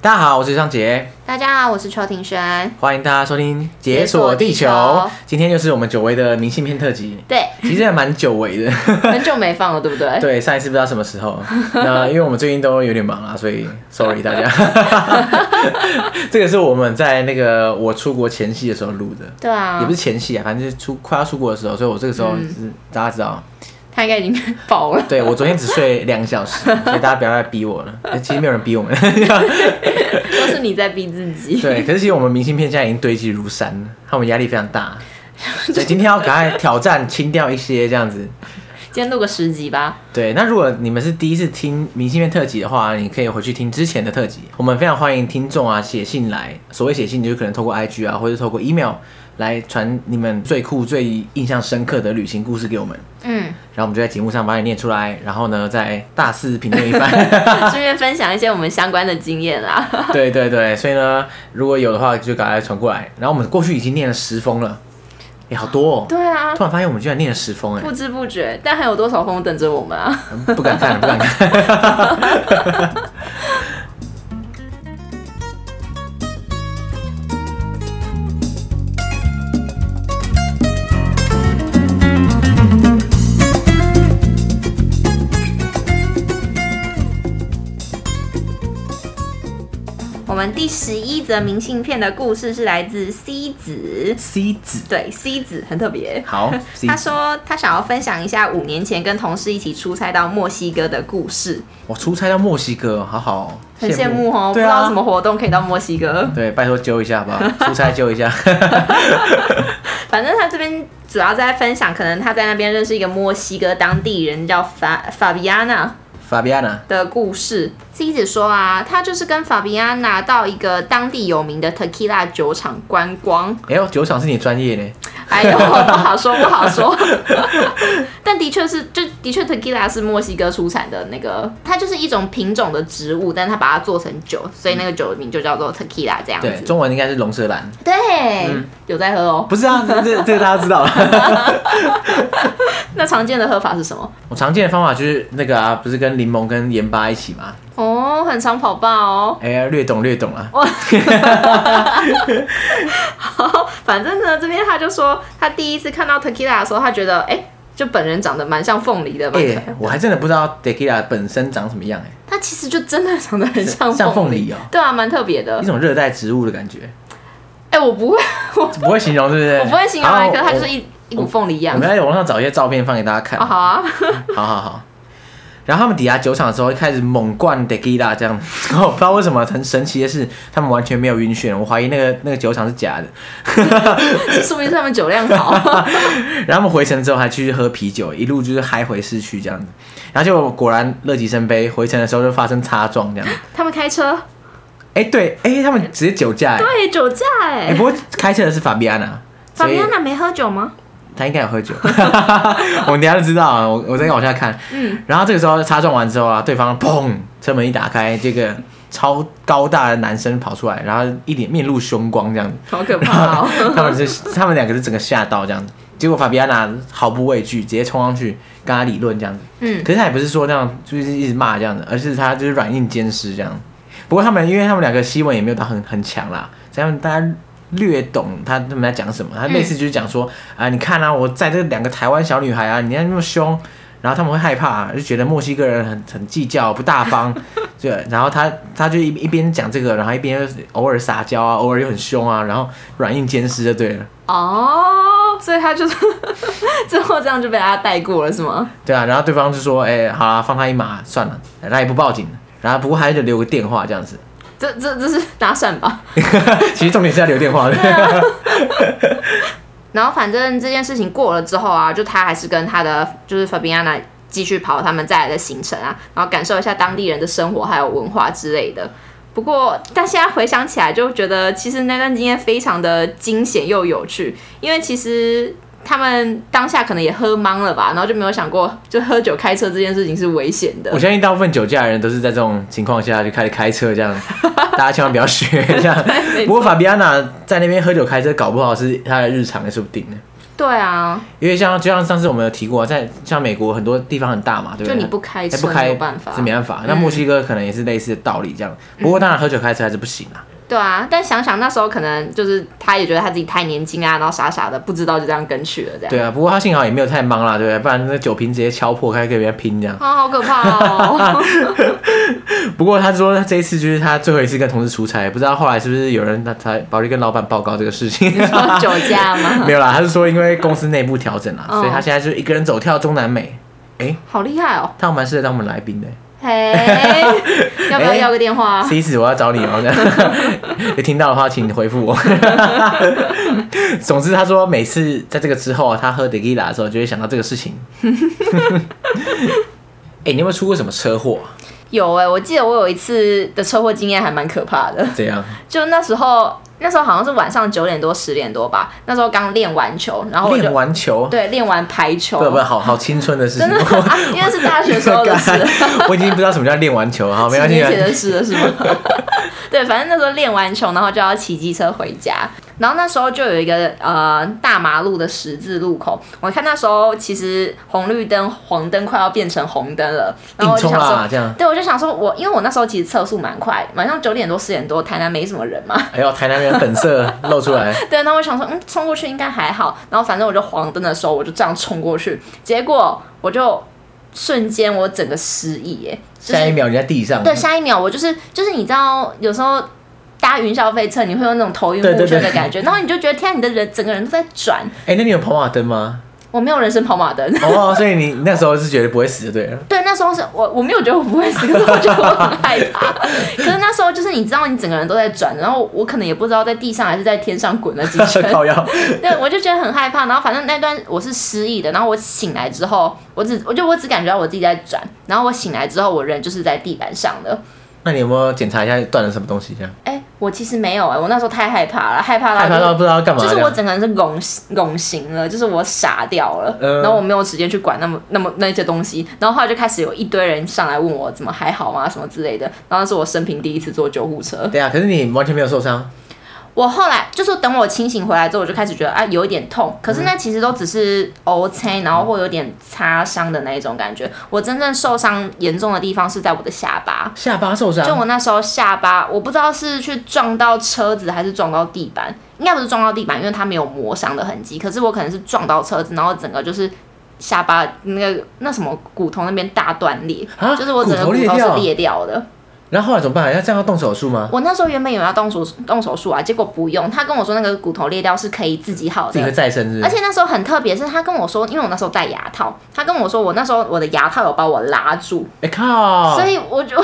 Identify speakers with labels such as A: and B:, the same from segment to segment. A: 大家好，我是张杰，
B: 大家好，我是邱庭轩。
A: 欢迎大家收听《解锁地球》。今天就是我们久违的明信片特辑，
B: 对，
A: 其实也蛮久违 的。
B: 很久没放了，对不对？
A: 对，上一次不知道什么时候。那因为我们最近都有点忙啊啦，所以 sorry 大家。这个是我们在那个我出国前夕的时候录的，
B: 对啊，
A: 也不是前夕啊，反嗯正就是出快要出国的时候，所以我这个时候是、大家知道，
B: 他应该已经饱了。
A: 对我昨天只睡两个小时，所以大家不要再逼我了。其实没有人逼我们，
B: 都是你在逼自 己。
A: 对，可是其实我们明信片现在已经堆积如山了，看我们压力非常大，所以今天要赶快挑战清掉一些这样子。
B: 今天录个十集吧，
A: 对，那如果你们是第一次听明信片特辑的话，你可以回去听之前的特辑。我们非常欢迎听众啊写信来，所谓写信，你就可能透过 IG 啊，或者透过 email 来传你们最酷、最印象深刻的旅行故事给我们，
B: 嗯，
A: 然后我们就在节目上把你念出来，然后呢再大肆评论一番。
B: 顺便分享一些我们相关的经验啦。
A: 对对对，所以呢，如果有的话就赶快传过来。然后我们过去已经念了十封了，也好多哦。
B: 对啊
A: 突，然发现我们居然念了十封哎、
B: 不知不觉，但还有多少风等着我们啊？
A: 不敢看，不敢看。
B: 我们第十一则明信片的故事是来自 C 子，
A: C 子，
B: 对 C 子很特别。
A: 好，C
B: 他
A: 子，
B: 说他想要分享一下五年前跟同事一起出差到墨西哥的故事，
A: 我出差到墨西哥，好好哦，
B: 很羡慕哦。不
A: 对
B: 知道有
A: 啊
B: 什，么活动可以到墨西哥。
A: 对，拜托揪一下好不 好？出差揪一下，
B: 反正他这边主要在分享，可能他在那边认识一个墨西哥当地人叫法法比安娜
A: 法比安娜，
B: 的故事。妻子说啊，他就是跟法比安娜到一个当地有名的 tequila 酒厂观光。
A: 哎呦，酒厂是你专业呢，
B: 哎 呦，不好说，不好说。 但的确是，就的确 tequila 是墨西哥出产的那个，它就是一种品种的植物，但它把它做成酒，所以那个酒名就叫做 tequila 这样
A: 对，
B: 子。
A: 中文应该是龙舌兰，
B: 对，有在喝哦。
A: 不是啊，这这这个大家知 道了。
B: 那常见的喝法是什么？
A: 我常见的方法就是那个啊，不是跟柠檬跟盐巴一起吗？
B: 哦，很常跑吧哦。
A: 哎呀，略懂略懂啊，
B: 反正呢，这边他就说，他第一次看到 tequila 的时候，他觉得，哎、就本人长得蛮像凤梨的吧？
A: 哎，我还真的不知道 tequila 本身长什么样，哎，
B: 他其实就真的长得很像
A: 像
B: 凤
A: 凤
B: 梨，
A: 梨哦，
B: 对啊，蛮特别的
A: 一。种热带植物的感觉，
B: 哎、我不会， 我
A: 不会形容是不是？
B: 我不会形容
A: 好
B: 啊，可是他就
A: 我
B: 是一一股凤梨一
A: 我
B: 样
A: 们。在网上找一些照片放给大家看。
B: 哦，好啊，
A: 好好好。然后他们抵达酒厂的时候，一开始猛灌 tequila 这样，然后我不知道为什么很神奇的是，他们完全没有晕眩，我怀疑那个那个酒厂是假的。
B: 说明是他们酒量 好。
A: 然后他们回程之后还去喝啤酒，一路就是嗨回市区这样子，然后就果然乐极生悲，回程的时候就发生擦撞这样。
B: 他们开车，
A: 哎，对，哎，他们直接酒驾。哎
B: 对，酒驾哎、
A: 哎，不过开车的是法比安娜，
B: 法
A: 所以
B: 比安娜没喝酒吗？
A: 他应该有喝酒。 我们等一下就知道啊，我我再往下看。
B: 嗯，
A: 然后这个时候擦撞完之后啊，对方砰，车门一打开，这个超高大的男生跑出来，然后一脸面露凶光这样子，
B: 好可怕哦。
A: 他们就他们两个就整个吓到这样子。结果法比安娜毫不畏惧，直接冲上去跟他理论这样子。
B: 嗯，
A: 可是他也不是说那样，就是一直骂这样子，而是他就是软硬兼施这样。不过他们因为他们两个西文也没有到很很强啦，所以他们大家略懂他他们在讲什么。他类似就是讲说啊、你看啊，我在这两个台湾小女孩啊，你看那么凶，然后他们会害怕、就觉得墨西哥人很很计较不大方，对。然后他他就一一边讲这个，然后一边又偶尔撒娇啊，偶尔又很凶啊，然后软硬兼施就对了。
B: 哦，所以他就是 最后这样就被他带过了是吗？
A: 对啊，然后对方就说：“哎、好啦，放他一马算了，他也不报警。”然后不过还得留个电话这样子。
B: 这这这是搭讪吧？
A: 其实重点是要留电话 的。
B: 然后反正这件事情过了之后啊，就他还是跟他的就是 Fabiana 继续跑他们再来的行程啊，然后感受一下当地人的生活还有文化之类的。不过，但现在回想起来，就觉得其实那段经验非常的惊险又有趣，因为其实他们当下可能也喝懵了吧，然后就没有想过，就喝酒开车这件事情是危险的
A: 我。相信大部分酒驾的人都是在这种情况下就开始开车这样，大家千万不要学这样。
B: 没错
A: 不过法比安娜在那边喝酒开车，搞不好是她的日常也说不定呢。
B: 对啊，
A: 因为像就像上次我们有提过，啊在像美国很多地方很大嘛，对不对？
B: 就你不开车
A: 哎不开
B: 没有办法
A: 是没办法。那
B: 嗯
A: 墨西哥可能也是类似的道理这样，不过当然喝酒开车还是不行啊。
B: 对啊，但想想那时候可能就是他也觉得他自己太年轻啊，然后傻傻的不知道就这样跟去了这样。
A: 对啊，不过他幸好也没有太忙啦，对不对？不然那酒瓶直接敲破，开始跟别人拼这样。
B: 啊，好可怕 哦！
A: 不过他说他这一次就是他最后一次跟同事出差，不知道后来是不是有人他他跑去跟老板报告这个事 情。
B: 酒驾吗？
A: 没有啦，他是说因为公司内部调整啦，
B: 哦
A: 所以他现在就一个人走跳中南美。
B: 好厉害哦！
A: 他蛮适合当我们来宾的。
B: 嘿， 要不要
A: 哎
B: 要个电话？
A: C 四，我要找你哦。这样 有听到的话，请你回复我。 总之，他说每次在这个之后啊，他喝 d e g i l a 的时候，就会想到这个事情。 哎、你有没有出过什么车祸啊？
B: 有哎、我记得我有一次的车祸经验还蛮可怕的，
A: 怎样？
B: 就那时候，那时候好像是晚上九点多十点多吧，那时候刚练完球，然后啊我就
A: 练完球？
B: 对练完排球，
A: 不不，好好青春的事情
B: 真。的、啊，因为是大学时候的事，
A: 我已经不知道什么叫练完球， 好，没
B: 几
A: 关
B: 年前
A: 系。啊
B: 的事了是吗？ 对，反正那时候练完球，然后就要骑机车回家。然后那时候就有一个呃大马路的十字路口，我看那时候其实红绿灯、黄灯快要变成红灯了，然后
A: 啊硬
B: 我就
A: 冲
B: 想说
A: 啦，这样。
B: 对，我就想说我，因为我那时候其实测速蛮快，晚上九点多十点多，台南没什么人嘛，
A: 哎呦，台南人本色露出来，
B: 对，那我想说，嗯，冲过去应该还好，然后反正我就黄灯的时候，我就这样冲过去，结果我就瞬间我整个失忆，耶，就
A: 下一
B: 是
A: 秒你在地上。
B: 对，下一秒我就是就是你知道有时候。搭云霄飞车，你会有那种头晕
A: 对
B: 目
A: 对
B: 眩
A: 对
B: 的感觉，然后你就觉得天、啊，你的人整个人都在转。
A: 哎、那你有跑马灯吗？
B: 我没有人生跑马灯，
A: 哦，所以你那时候是绝对不会死的，对了。
B: 对，那时候是我我没有觉得我不会死，可是我觉得我很害 怕。可是那时候就是你知道你整个人都在转，然后我可能也不知道在地上还是在天上滚了几圈，
A: 靠腰。
B: 对，我就觉得很害怕。然后反正那段我是失忆的，然后我醒来之后，我只我就我只感觉到我自己在转，然后我醒来之后，我人就是在地板上的。
A: 那你有没有检查一下断了什么东西？这样
B: 哎、我其实没有哎、我那时候太害怕了，害怕到
A: 害怕
B: 就是
A: 到不知道干嘛
B: 啊就
A: 这
B: 是我
A: 样。
B: 整个人是拱拱形了，就是我傻掉了，
A: 嗯
B: 然后我没有时间去管那么那么那些东西，然后后来就开始有一堆人上来问我怎么还好吗什么之类的，然后那是我生平第一次坐救护车。
A: 对啊，可是你完全没有受伤，
B: 我后来就是等我清醒回来之后，我就开始觉得啊有一点痛，可是那其实都只是 O C，然后会有点擦伤的那一种感觉。我真正受伤严重的地方是在我的下巴。
A: 下巴受
B: 就
A: 伤。
B: 我那时候下巴，我不知道是去撞到车子还是撞到地板，应该不是撞到地板，因为它没有磨伤的痕迹。可是我可能是撞到车子，然后整个就是下巴那个那什么骨头那边大断裂，
A: 啊
B: 就是我整个
A: 骨头
B: 骨
A: 裂
B: 头
A: 掉
B: 是裂掉的。
A: 然后后来怎么办？要这样要动手术吗？
B: 我那时候原本有要动手动手术啊，结果不用。他跟我说那个骨头裂掉是可以自己好
A: 自己会
B: 的。
A: 再生是不
B: 而
A: 是？
B: 且那时候很特别，是他跟我说，因为我那时候戴牙套，他跟我说我那时候我的牙套有把我拉住，
A: 哎靠！
B: 所以我就，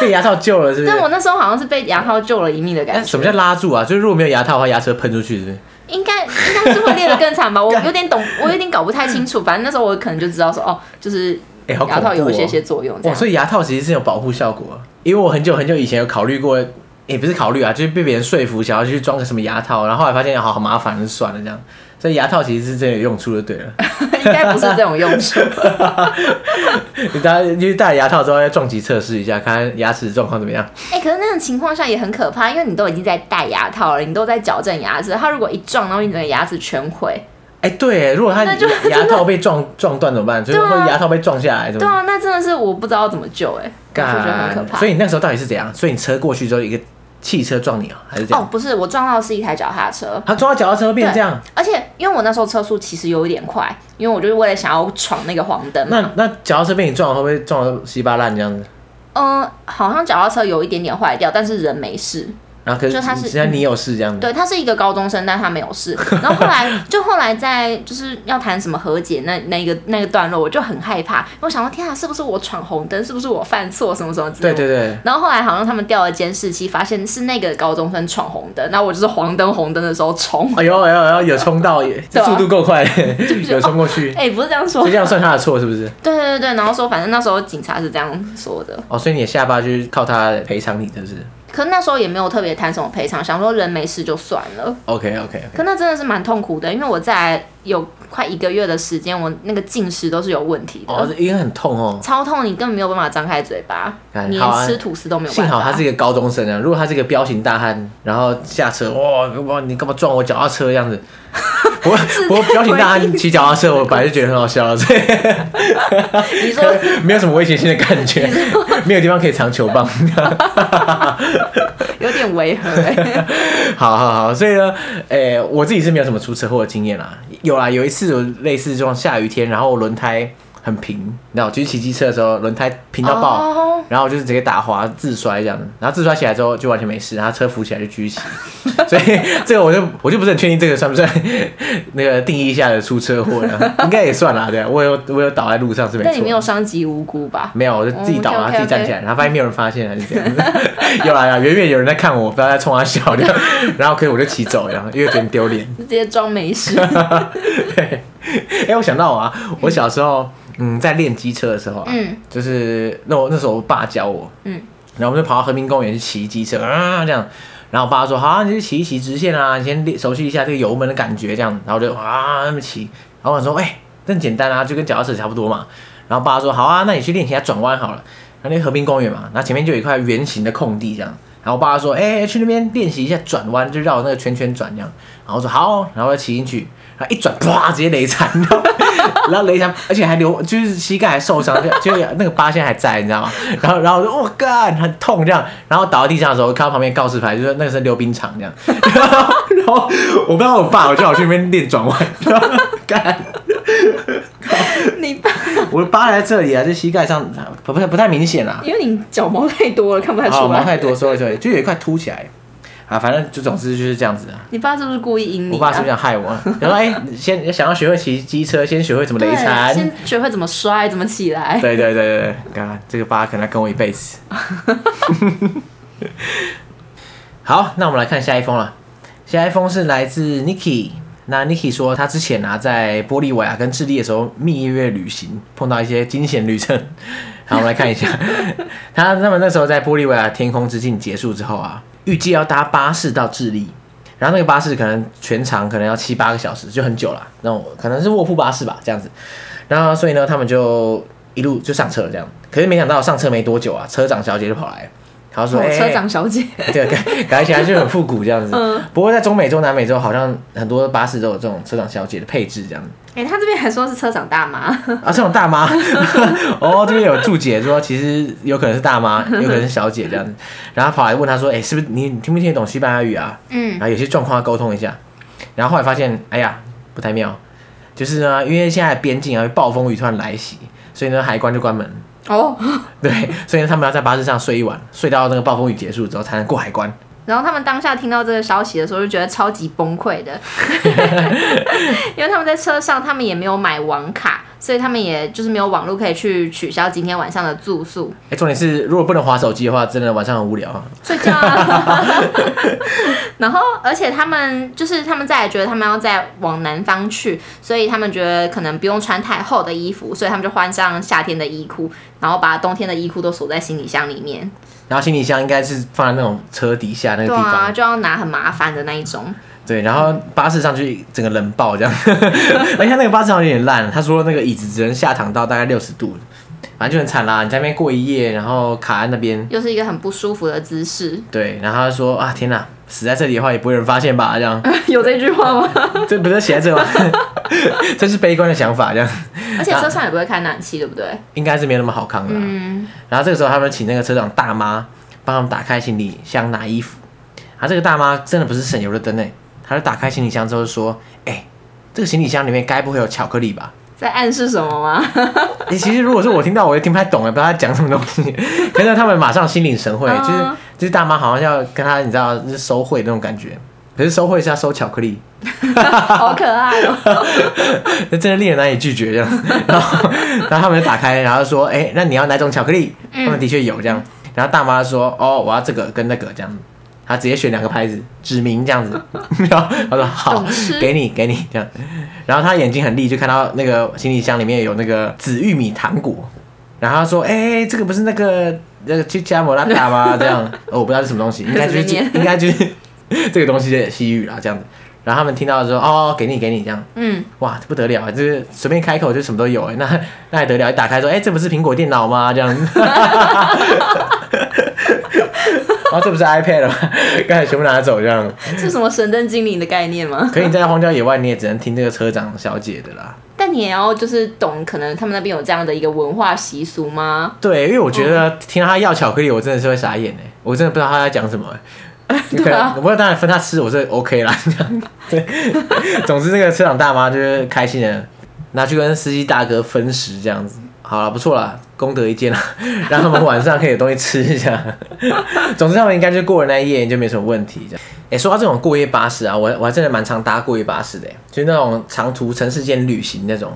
A: 被牙套救了是不
B: 但
A: 是？
B: 我那时候好像是被牙套救了一命的感
A: 哎，
B: 觉。
A: 什么叫拉住啊？就是如果没有牙套的话，牙齿会喷出去是不是？
B: 应该应该是会裂得更 惨吧？我有点懂，我有点搞不太清楚。反正那时候我可能就知道说，哦，就是
A: 哎，好
B: 牙
A: 恐怖
B: 套
A: 哦！
B: 有一些些作用这
A: 哇，
B: 样。
A: 所以牙套其实是有保护效果啊。因为我很久很久以前有考虑过，也不是考虑啊，就是被别人说服想要去装个什么牙套，然后后来发现好好麻烦，就算了这样。所以牙套其实是真的有用处就对了。
B: 应该不是这种用处。
A: 你戴就是戴了牙套之后要撞击测试一下，看看牙齿状况怎么样。
B: 哎、可是那种情况下也很可怕，因为你都已经在戴牙套了，你都在矫正牙齿，它如果一撞，然后你整个牙齿全毁。
A: 哎、对耶，如果他
B: 那就
A: 牙套被撞撞断怎么办？就是
B: 对啊
A: 或者牙套被撞下来怎
B: 对
A: 么
B: 啊，那真的是我不知道怎么救哎、欸，我
A: 干？
B: 就觉得很可怕。
A: 所以你那时候到底是怎样？所以你车过去之后，一个汽车撞你啊、还是怎样？
B: 哦，不是，我撞到的是一台脚踏车，
A: 他撞到脚踏车变这样，
B: 而且因为我那时候车速其实有一点快，因为我就是为了想要闯那个黄灯嘛。
A: 那那脚踏车被你撞了，会不会撞得稀巴烂这样子？
B: 嗯、好像脚踏车有一点点坏掉，但是人没事。
A: 然后可
B: 就他是
A: 是现在你有事这样子，
B: 对他是一个高中生，但他没有 事。然后后来就后来在就是要谈什么和解那那一个那个段落，我就很害怕，我想说天啊，是不是我闯红灯？是不是我犯错什么什么之类
A: 对
B: 的？
A: 对对，
B: 然后后来好像他们调了监视器，发现是那个高中生闯红灯，那我就是黄灯红灯的时候冲，
A: 哎呦哎呦哎呦，有冲到，耶，
B: 对啊
A: 速度够 快，有冲过去，
B: 哎、不是这样说，
A: 就这
B: 对
A: 样算他的错是不是？
B: 对对对，然后说反正那时候警察是这样说的，
A: 哦，所以你的下巴就是靠他赔偿你，是不是
B: 可是那时候也没有特别谈什么赔偿，想说人没事就算了，
A: ？OK OK OK，
B: 可那真的是蛮痛苦的，因为我在有快一个月的时间，我那个进食都是有问题的，
A: 哦，应该很痛哦。
B: 超痛，你根本没有办法张开嘴巴，
A: 哎
B: 你
A: 好啊
B: 连吃吐司都没有办
A: 幸
B: 法。
A: 好他是一个高中生啊，如果他是一个彪形大汉，然后下车哇哇，你干嘛撞我脚踏车这 样子？不过不过彪形大汉骑脚踏车，我本来就觉得很好笑了，啊所以
B: 你说
A: 没有什么威胁性的感 觉，没有地方可以藏球棒。
B: 有点违和、 欸，
A: 好好好，所以呢，诶、我自己是没有什么出车祸的经验啦。有啦，有一次有类似这种下雨天，然后轮胎很平，你知道，就是骑机车的时候轮胎平到爆
B: 哦
A: 然后我就是直接打滑自摔这样，然后自摔起来之后就完全没事，然后车扶起 来就继续骑。所以这个我就我就不是很确定这个算不算 那个定义下的出车祸呢？应该也算啦，对啊，我有我有倒在路上是没错。
B: 但你没有伤及无辜吧？
A: 没有，我就自己倒，
B: 嗯
A: 然后
B: ，OK，OK，OK
A: 自己站起来，然后发现没有人发现，还是这样子。有啦有啦，远远有人在看我，不知道在冲他笑这样，然后可以我就骑走，然后因为觉得很丢脸。
B: 直接装 没事，
A: 对，哎、我想到啊，我小时候，嗯，在练机车的时候啊，
B: 嗯
A: 就是那我那时候我爸教我，
B: 嗯，
A: 然后我们就跑到和平公园去骑机车啊，这样。然后我爸说：“好、啊，你去骑一骑直线啊，你先练熟悉一下这个油门的感觉，这样。”然后我就啊那么骑。然后我想说：“哎、这很简单啊，就跟脚踏车差不多嘛。”然后爸说：“好啊，那你去练习一下转弯好了。”然后那个和平公园嘛，然后前面就有一块圆形的空地这样。然后我爸说：“哎、去那边练习一下转弯，就绕那个圈圈转这样。”然后我说：“好哦、然后我就骑进去，然后一转，啪，直接雷残，然后然后雷残，而且还流，就是膝盖还受伤，就就那个疤现在还在，你知道吗？ 然后然后我说：“我、干，很痛这样。”然后倒在地上的时候，看到旁边告示牌，就说那个是溜冰场这样。 然后然后我不知道我爸，我叫我去那边练转弯，然后 干。
B: 你爸，
A: 我的疤在这里啊，这膝盖上不不太不太明显啦。
B: 因为你脚毛太多了，看不太
A: 好，
B: 出
A: 毛
B: 来。
A: 太多，所以所以就有一块凸起来啊，反正就总之就是这样子啊。
B: 你爸是不是故意阴你、啊？
A: 我爸是不是想害我啊？ 然后哎，先想要学会骑机车，先学会怎么雷
B: 对
A: 残。
B: 先学会怎么摔，怎么 起来。
A: 对对对对对，看这个疤可能要跟我一辈子。好，那我们来看下一封了。下一封是来自 Niki。那 Niki 说，他之前啊在玻利维亚跟智利的时候蜜月旅行，碰到一些惊险旅程。好，我们来看一下，他他们那时候在玻利维亚天空之境结束之后啊，预计要搭巴士到智利，然后那个巴士可能全长可能要七八个小时，就很久了。那种可能是卧铺巴士吧，这样子。然后所以呢，他们就一路就上车了这样。可是没想到上车没多久啊，车长小姐就跑来了，她说：“
B: 哦
A: 哎、
B: 车长小姐，
A: 对，感感觉起来就很复古这样子。
B: 嗯
A: 不过在中美洲、南美洲，好像很多巴士都有这种车长小姐的配置这样子。
B: 哎、他这边还说是车长大妈，
A: 啊，这种大妈，哦，这边有注解说，其实有可能是大 妈，有可能是小姐这样子。然后跑来问他说：“哎、是不是你你听不听得懂西班牙语啊？”
B: 嗯
A: 然，后有些状况要沟通一下。然后后来发现，哎呀，不太妙，就是呢，因为现在边境啊暴风雨突然来袭，所以呢海关就关门。
B: 哦，
A: 对，所以呢他们要在巴士上睡一晚，睡到那个暴风雨结束之后才能过海关。
B: 然后他们当下听到这个消息的时候，就觉得超级崩溃 的，因为他们在车上，他们也没有买网卡，所以他们也就是没有网络可以去取消今天晚上的住宿，
A: 哎、重点是如果不能划手机的话，真的晚上很无聊啊。
B: 睡觉、啊。 然后，而且他们就是他们再也觉得他们要再往南方去，所以他们觉得可能不用穿太厚的衣服，所以他们就换上夏天的衣裤，然后把冬天的衣裤都锁在行李箱里面。
A: 然后行李箱应该是放在那种车底下那个
B: 对
A: 地方，
B: 啊，就要拿很麻烦的那一种。
A: 对，然后巴士上去整个冷爆这样， 而且他那个巴士好像有点烂，他说那个椅子只能下躺到大概六十度，反正就很惨啦。你在那边过一夜，然后卡在那边，
B: 又是一个很不舒服的姿势。
A: 对，然后他说啊天哪，死在这里的话也不会有人发现吧？这样，
B: 有这句话吗？
A: 这不是写在这吗？这是悲观的想法，这样
B: 而且车上也不会开暖气，对不对？
A: 应该是没有那么好康的啦、
B: 嗯，
A: 然后这个时候他们请那个车长大妈帮他们打开行李箱拿衣服，啊，这个大妈真的不是省油的灯哎、她就打开行李箱之后就说，哎、这个行李箱里面该不会有巧克力吧？
B: 在暗示什么吗？
A: 欸、其实如果是我听到，我也听不太懂哎，不知道他讲什么东 西。可是他们马上心领神会，
B: 嗯
A: 就是就是大妈好像要跟他，你知道，就是收贿那种感觉。可是收贿是要收巧克力，
B: 好可爱哦、
A: 那真的令人难以拒绝 这样。然后然后他们就打开，然后说：“哎、那你要哪种巧克力？”
B: 嗯
A: 他们的确有这样。然后大妈说：“哦，我要这个跟那个这样。”他直接选两个牌子，指明这样 子。然后他说：“好
B: 懂吃，
A: 给你，给你这样。”然后他眼睛很利，就看到那个行李箱里面有那个紫玉米糖果。然后他说：“哎、这个不是那个那个去加摩拉达 吗？这样，哦，我不知道是什么东西，应该就是
B: 随便念
A: 应该就是这个东西的西域啦，这样子。”然后他们听到说哦，给你给你这样，
B: 嗯，
A: 哇，不得了啊！就是随便开口就什么都有哎，那那还得了？一打开说，哎、这不是苹果电脑吗？这样， 然哦后这不是 iPad 吗？刚才全部拿走这样。
B: 这是什么神灯精灵的概念吗？
A: 可你在荒郊野外，你也只能听这个车长小姐的啦。
B: 但你也要就是懂，可能他们那边有这样的一个文化习俗吗？
A: 对，因为我觉
B: 哦
A: 得听到他要巧克力，我真的是会傻眼哎，我真的不知道他在讲什么哎。你可
B: 对啊
A: 能，不过当然分他吃，我是 OK 啦。 这样对，总之那个车长大妈就是开心的拿去跟司机大哥分食这样子，好了，不错了，功德一件了，让他们晚上可以有东西吃一下。 总之他们应该就过了那一夜就没什么问题这样。哎、说到这种过夜巴士啊，我我还真的蛮常搭过夜巴士的、欸，就是那种长途城市间旅行那种，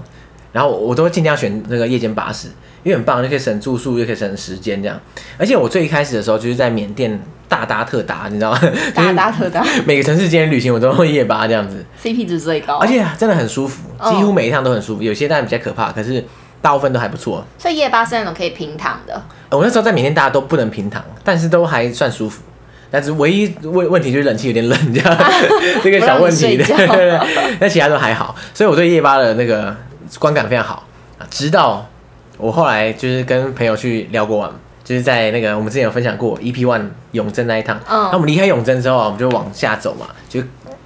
A: 然后我我都会尽量选那个夜间巴士，因为很棒，就可以省住宿，又可以省时间这样。而且我最一开始的时候就是在缅甸大搭特搭，你知道吗？
B: 大 搭特搭
A: 每个城市间旅行我都会夜巴这样子，
B: ，CP 值最高。
A: 而，且真的很舒服，
B: 哦
A: 几乎每一趟都很舒服，有些当然比较可怕，可是大部分都还不错。
B: 所以夜巴是那种可以平躺的，
A: 呃我那时候在缅甸大家都不能平躺，但是都还算舒服。但是唯一问问题就是冷气有点冷，这样 这个小问题的。
B: 不
A: 对
B: 让你睡
A: 对
B: 觉
A: 对，那其他都还好，所以我对夜巴的那个观感非常好啊。直到我后来就是跟朋友去聊过玩，就是在那个我们之前有分享过 EP One 永贞那一趟。
B: 嗯
A: 那我们离开永贞之后啊，我们就往下走嘛，就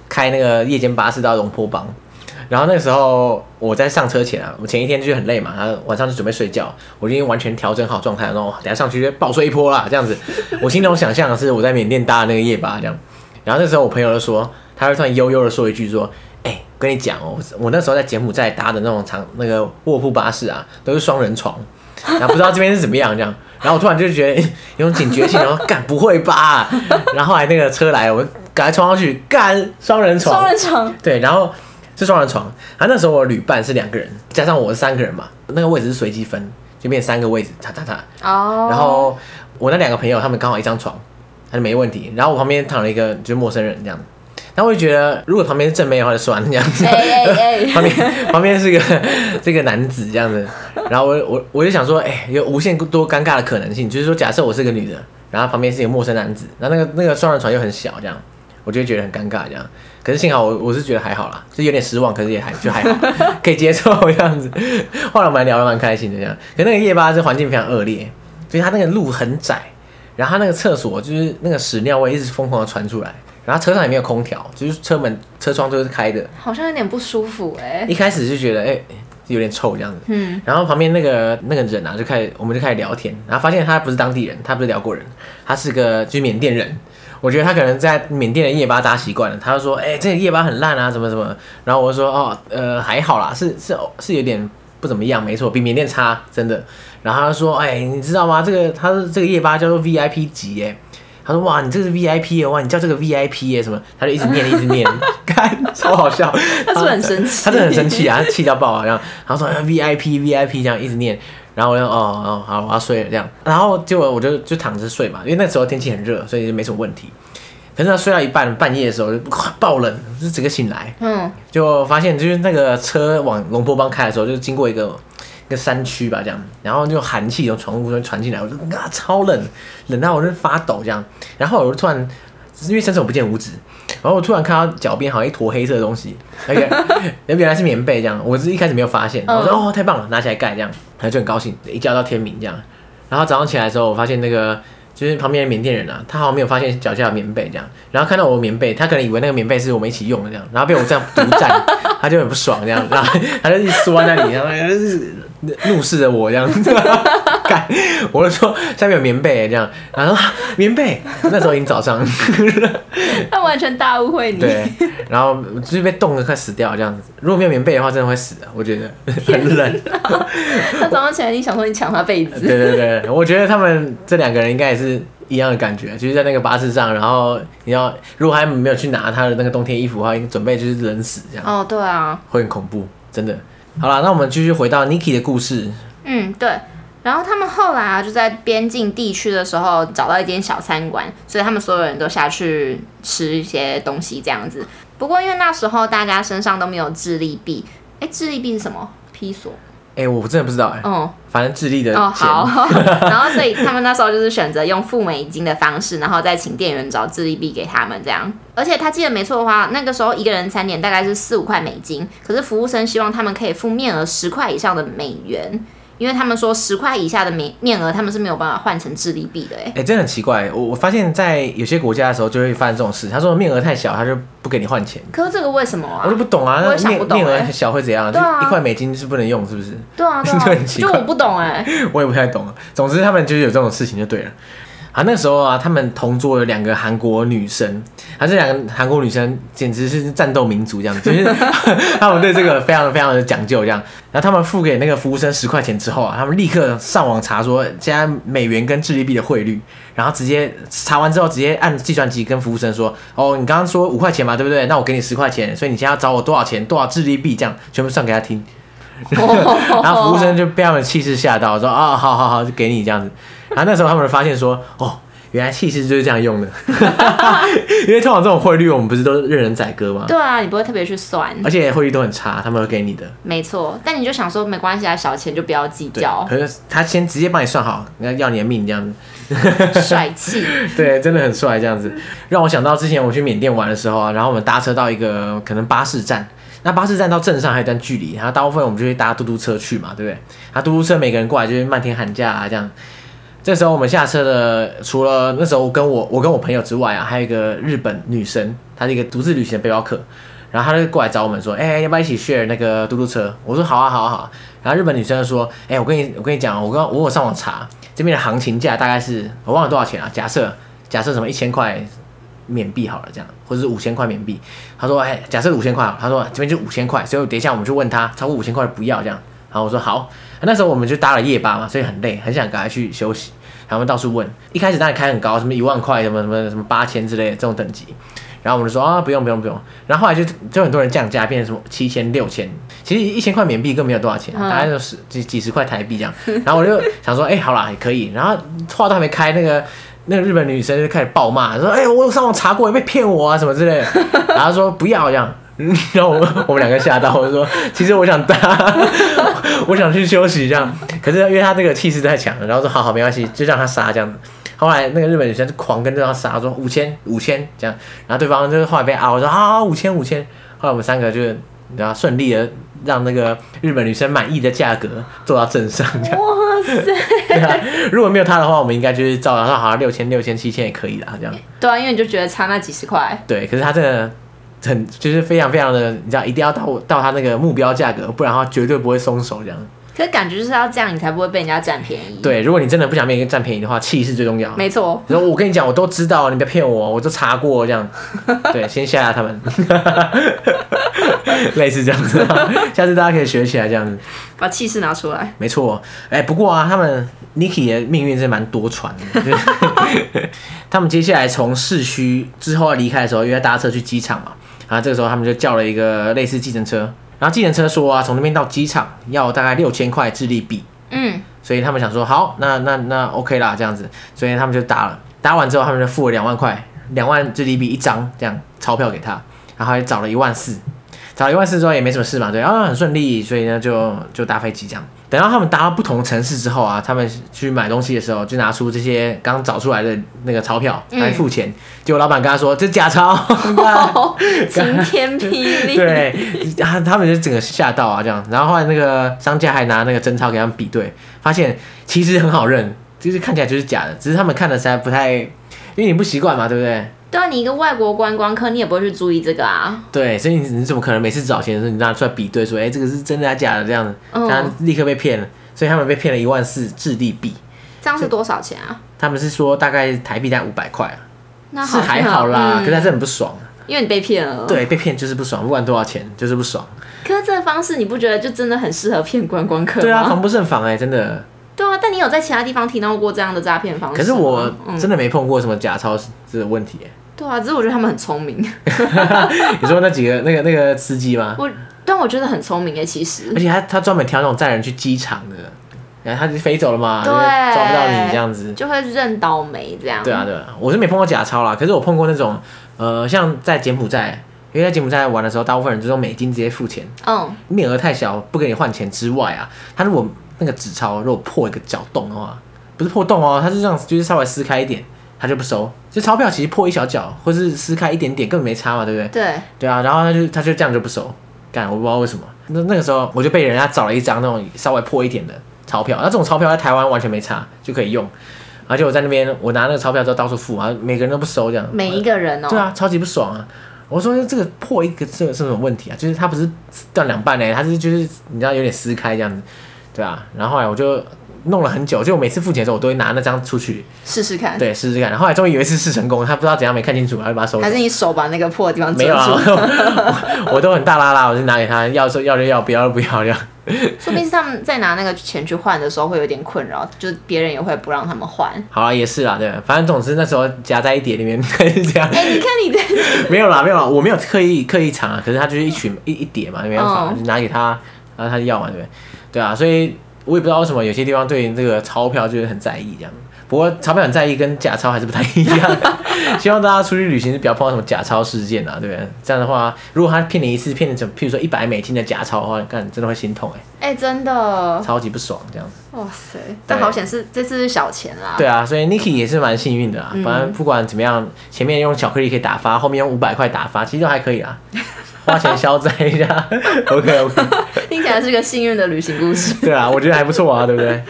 A: 开那个夜间巴士到龙坡邦。然后那个时候我在上车前啊，我前一天就很累嘛，然后晚上就准备睡觉，我已经完全调整好状态，然后等下上去就暴睡一波啦，这样子。我心中想象的是我在缅甸搭的那个夜巴这样，然后那时候我朋友就说，他就突然悠悠的说一句说，哎、我跟你讲哦，我我那时候在柬埔寨搭的那种长那个卧铺巴士啊，都是双人床，然后不知道这边是怎么样这样。然后我突然就觉得哎有种警觉性，然后干不会吧、然后后来那个车来，我赶快冲上去，干双人床，
B: 双人床，
A: 对，然后是双人床，然后那时候我的旅伴是两个人，加上我是三个人嘛，那个位置是随机分，就变三个位置，叉叉叉。
B: 哦，
A: 然后我那两个朋友他们刚好一张床，他就没问题。然后我旁边躺了一个就是陌生人这样，然后我就觉得如果旁边是正妹的话就算了这样子。
B: 哎哎哎
A: 旁边 旁边是个这个男子这样子，然后我我我就想说，哎、有无限多尴尬的可能性，就是说，假设我是个女的，然后旁边是一个陌生男子，然后那个那个双人床又很小，这样，我就会觉得很尴尬这样。可是幸好我我是觉得还好啦，就有点失望，可是也还就还好， 可以接受这样子。后来我们还聊得蛮开心的这样。可那个夜巴是环境非常恶劣，所以它那个路很窄，然后它那个厕所就是那个屎尿味一直疯狂的传出来，然后车上也没有空调，就是车门车窗都是开的，
B: 好像有点不舒服哎、
A: 一开始就觉得哎、有点臭这样子，
B: 嗯，
A: 然后旁边那个那个人啊就开始我们就开始聊天，然后发现他不是当地人，他不是辽国人，他是个就是缅甸人。我觉得他可能在缅甸的夜吧搭习惯了，他就说：“哎、这个夜吧很烂啊，怎么怎么。”然后我就说：“哦，呃，还好啦，是是是有点不怎么样，没错，比缅甸差，真的。”然后他就说：“哎、你知道吗？这个他说这个夜吧叫做 VIP 级耶。”他说：“哇，你这个是 VIP 哦，哇，你叫这个 VIP 耶什么？”他就一直念，一直念， 看超好笑。
B: 他是不是很生气
A: 他真的很生 气啊，他气到爆啊，然后然后说、哎 VIP VIP 这样一直念，然后我就哦哦好，我要睡了这样，然后结果我就就躺着睡嘛，因为那时候天气很热，所以就没什么问题。可是他睡到一半半夜的时候就哇爆冷，就整个醒来，
B: 嗯，
A: 就发现就是那个车往龙坡邦开的时候，就经过一个一个山区吧，这样，然后就寒气从窗户中传进来，我就啊超冷，冷到我就发抖这样，然后我就突然因为伸手不见五指，然后我突然看到脚边好像一坨黑色的东西，那个原来是棉被这样，我是一开始没有发现，然后我说、哦太棒了，拿起来盖这样，然后就很高兴，一觉到天明这样，然后早上起来的时候，我发现那个。就是旁边的缅甸人啊，他好像没有发现脚下的棉被这样，然后看到我的棉被，他可能以为那个棉被是我们一起用的这样，然后被我这样独占， 他就很不爽这样，然后 他就一直缩在那里，然后就是怒视着我这样 子，干，我就说下面有棉被这样，然后说啊棉被，那时候已经早上，
B: 他完全大误会你，
A: 对，然后就是被冻得快死掉这样子，如果没有棉被的话，真的会死的，我觉得很冷。
B: 他早上起来你想说你抢他被
A: 对
B: 子，
A: 对对，我觉得他们这两个人应该也是一样的感觉，就是在那个巴士上，然后你要如果还没有去拿他的那个冬天衣服的话，应该准备就是冷死这样，
B: 哦对啊，
A: 会很恐怖，真的。好了，那我们继续回到 Niki 的故事。
B: 嗯对。然后他们后来啊，就在边境地区的时候找到一间小餐馆，所以他们所有人都下去吃一些东西这样子。不过因为那时候大家身上都没有智力币，哎，智力币是什么？披索？
A: 哎、我真的不知道哎、
B: 嗯，
A: 反正智利的
B: 哦，
A: 钱，
B: 好。 然后所以他们那时候就是选择用付美金的方式，然后再请店员找自利币给他们这样。而且他记得没错的话，那个时候一个人餐点大概是四五块美金，可是服务生希望他们可以付面额十块以上的美元，因为他们说十块以下的美面额他们是没有办法换成智利币的、欸。
A: 哎、真的很奇怪。我我发现，在有些国家的时候就会发生这种事。他说面额太小，他就不给你换钱，
B: 可是这个为什么啊
A: 我就？不懂啊。
B: 我
A: 那
B: 也想
A: 面
B: 不懂
A: 面额
B: 哎
A: 很小会怎样？
B: 对啊
A: 就一块美金是不能用，是 不是？
B: 对啊，对
A: 就
B: 啊，
A: 很奇
B: 就
A: 怪
B: 我不懂哎、
A: 我也不太懂啊。总之，他们就是有这种事情就对了。啊，那时候啊，他们同桌有两个韩国女生，啊，这两个韩国女生简直是战斗民族这样，就是 他们对这个非常非常的讲究这样。然后他们付给那个服务生十块钱之后啊，他们立刻上网查说现在美元跟智利币的汇率，然后直接查完之后直接按计算机跟服务生说，哦，你刚刚说五块钱嘛，对不对？那我给你十块钱，所以你现在要找我多少钱，多少智利币这样，全部算给他听。然后服务生就被他们气势吓到，说啊、好好好，就给你这样子。然后那时候他们发现说，哦，原来气势就是这样用的， 因为通常这种汇率我们不是都任人宰割吗？
B: 对啊，你不会特别去算，
A: 而且汇率都很差，他们会给你的。
B: 没错。但你就想说没关系啊，小钱就不要计
A: 对
B: 较，，
A: 可是他先直接帮你算好，要要你的命这样子。
B: 帅气。
A: 对，真的很帅这样子，让我想到之前我去缅甸玩的时候啊，然后我们搭车到一个可能巴士站，那巴士站到镇上还有一段距离，然后大部分我们就会搭嘟嘟车去嘛，对不对？然后嘟嘟车每个人过来就是漫天喊价啊这样。这时候我们下车的，除了那时候我跟我我跟我朋友之外啊，还有一个日本女生，她是一个独自旅行的背包客，然后她就过来找我们说，哎、要不要一起 share 那个嘟嘟车？我说好啊，好啊，好啊。然后日本女生就说，哎、我跟你我跟你讲，我刚我有上网查这边的行情价大概是我忘了多少钱啊，假设假设什么一千块缅币好了，这样或者是五千块缅币。他说，哎、假设五千块好了，他说这边就五千块，所以等一下我们去问他，超过五千块不要这样。然后我说好，那时候我们就搭了夜巴嘛，所以很累，很想赶快去休息。然后我们到处问，一开始当然开很高，什么一万块，什么什么什么八千之类的这种等级。然后我们就说啊，不用不用不用。然后后来就就很多人降价，变成什么七千、六千，其实一千块缅币更没有多少钱，
B: 嗯
A: 大概就十几几十块台币这样。然后我就想说，哎、好啦，也可以。然后话都还没开，那个那个日本女生就开始暴骂，说，哎、我有上网查过，你被骗我啊什么之类的。然后她说不要这样。 嗯然后我们我们两个吓到，我就说其实我想搭， 我想去休息这样。可是因为她这个气势太强了，然后说好好没关系，就让她杀这样子。后来那个日本女生就狂跟对方杀，说五千五千这样，然后对方就是后来被啊，我说好好五千五千。后来我们三个就你知道顺利的让那个日本女生满意的价格做到正上这样。
B: 哇塞！
A: 对啊，如果没有他的话，我们应该就是照他好像六千、六千、七千也可以啦，这样。
B: 对啊，因为你就觉得差那几十块，
A: 对，可是他真的很就是非常非常的，你知道，一定要到到他那个目标价格，不然的话绝对不会松手这样。
B: 可是感觉就是要这样，你才不会被人家占便宜。，
A: 对，如果你真的不想被人占便宜的话，气是最重要。
B: 没错。
A: 然后我跟你讲，我都知道，你不要骗我，我都查过这样。对，先吓吓他们， 类似这样子、 啊，下次大家可以学起来这样子。
B: 把气势拿出来。
A: 没错，哎、不过啊，他们 Niki 的命运是蛮多舛的。就是 他们接下来从市区之后要离开的时候，因为搭车去机场嘛，啊，这个时候他们就叫了一个类似计程车，然后计程车说啊，从那边到机场要大概六千块智利币，
B: 嗯，
A: 所以他们想说好，那那那 OK 啦，这样子，所以他们就搭了，搭完之后他们就付了两万块，两万智利币一张这样钞票给他，然后还找了一万四，找了一万四之后也没什么事嘛，对啊，很顺利，所以呢就就搭飞机这样。等到他们搭到不同城市之后啊，他们去买东西的时候，就拿出这些刚找出来的那个钞票来付钱，结果老板跟他说这假钞，
B: 哦晴天霹 雳。
A: 对，他他们就整个吓到啊，这样。然后后来那个商家还拿那个真钞给他们比对，发现其实很好认，就是看起来就是假的，只是他们看的实在不太，因为你不习惯嘛，对不对？
B: 对啊，你一个外国观光客，你也不会去注意这个啊。
A: 对，所以你你怎么可能每次找钱的时候你拿出来比对说，哎、这个是真的还是假的这样子，
B: 嗯
A: 他立刻被骗了，所以他们被骗了一万四智利币，
B: 这样是多少钱啊？
A: 他们是说大概台币在五百块啊，
B: 那
A: 是
B: 好像
A: 还好啦，
B: 嗯哦
A: 可是他真的很不爽啊，
B: 因为你被骗了。。
A: 对，被骗就是不爽，不管多少钱就是不爽，
B: 可是这个方式，你不觉得就真的 很适合骗观光客吗？
A: 对啊，防不胜防哎、真的。
B: 对啊，但你有在其他地方听到过这样的诈骗方式吗？
A: 可是我
B: 嗯，
A: 真的没碰过什么假钞这个问题耶。
B: 对啊，只是我觉得他们很聪明。
A: 你说那几个那个那个司机吗？
B: 我，但我觉得很聪明诶，欸其实
A: 而。且他他专门挑那种载人去机场的，然后他就飞走了嘛，
B: 对
A: 因为抓不到你这样子。
B: 就会认倒霉这样。
A: 对啊，对啊，我是没碰过假钞啦，可是我碰过那种呃，像在柬埔寨，因为因为在柬埔寨玩的时候，大部分人都用美金直接付钱，
B: 嗯，
A: 面额太小不给你换钱之外啊，他如果那个纸钞如果破一个小洞的话，不是破洞哦，他是这样，就是稍微撕开一点，他就不收。就钞票其实破一小角，或是撕开一点点，根本没差嘛，对不对？
B: 对，
A: 对啊，然后他就他就这样就不收，干我不知道为什么。那那个时候我就被人家找了一张那种稍微破一点的钞票，那这种钞票在台湾完全没差，就可以用。而且我在那边，我拿那个钞票之后到处付啊，每个人都不收这样。
B: 每一个人哦，
A: 对啊，超级不爽啊！我说这个破一个这个是什么问题啊？就是它不是断两半呢、它是就是你知道有点撕开这样子，对啊。然后后来我就弄了很久，就我每次付钱的时候，我都会拿那张出去，
B: 试试看，
A: 对，试试看。然后后来终于有一次试成功，他不知道怎样没看清楚，然后就把它收走
B: 还。是你手把那个破的地方遮
A: 没有啊，
B: 住，
A: 我我都很大拉拉，我就拿给他，要说要就要，不要就不要这 样。
B: 说不定是他们在拿那个钱去换的时候会有点困扰，就是别人也会不让他们换。
A: 好啊，也是啦，对，反正总之那时候夹在一碟里面 是这样，
B: 哎、你看你的，
A: 没有啦，没有啦，我没有刻意刻意藏啊，可是他就是一群一一碟嘛，没办法，
B: 嗯
A: 就拿给他，然后他就要嘛，对不对？对啊，所以我也不知道为什么有些地方对这个钞票就是很在意这样。不过钞票很在意，跟假钞还是不太一 样。希望大家出去旅行是不要碰到什么假钞事件啊，对不对？这样的话，如果他骗你一次，骗你整，譬如说一百美金的假钞的话，干真的会心痛哎、
B: 哎、真的，
A: 超级不爽这样。
B: 哇塞！但好险是这次是小钱啦，
A: 对啊，所以 Niki 也是蛮幸运的啦。啊反正不管怎么样，前面用巧克力可以打发，后面用五百块打发，其实都还可以啦。花钱消灾一下，OK OK。
B: 听起来是个幸运的旅行 故事。
A: 对啊，我觉得还不错啊，对不对？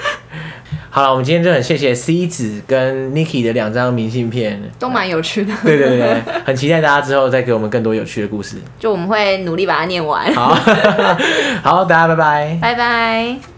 A: 好了，我们今天就很谢谢 C 子跟 Niki 的两张明信片。
B: 都蛮有趣的，
A: 对对对对，很期待大家之后再给我们更多有趣的故事。
B: 就我们会努力把它念完。
A: 好，好，大家拜拜。
B: 拜拜。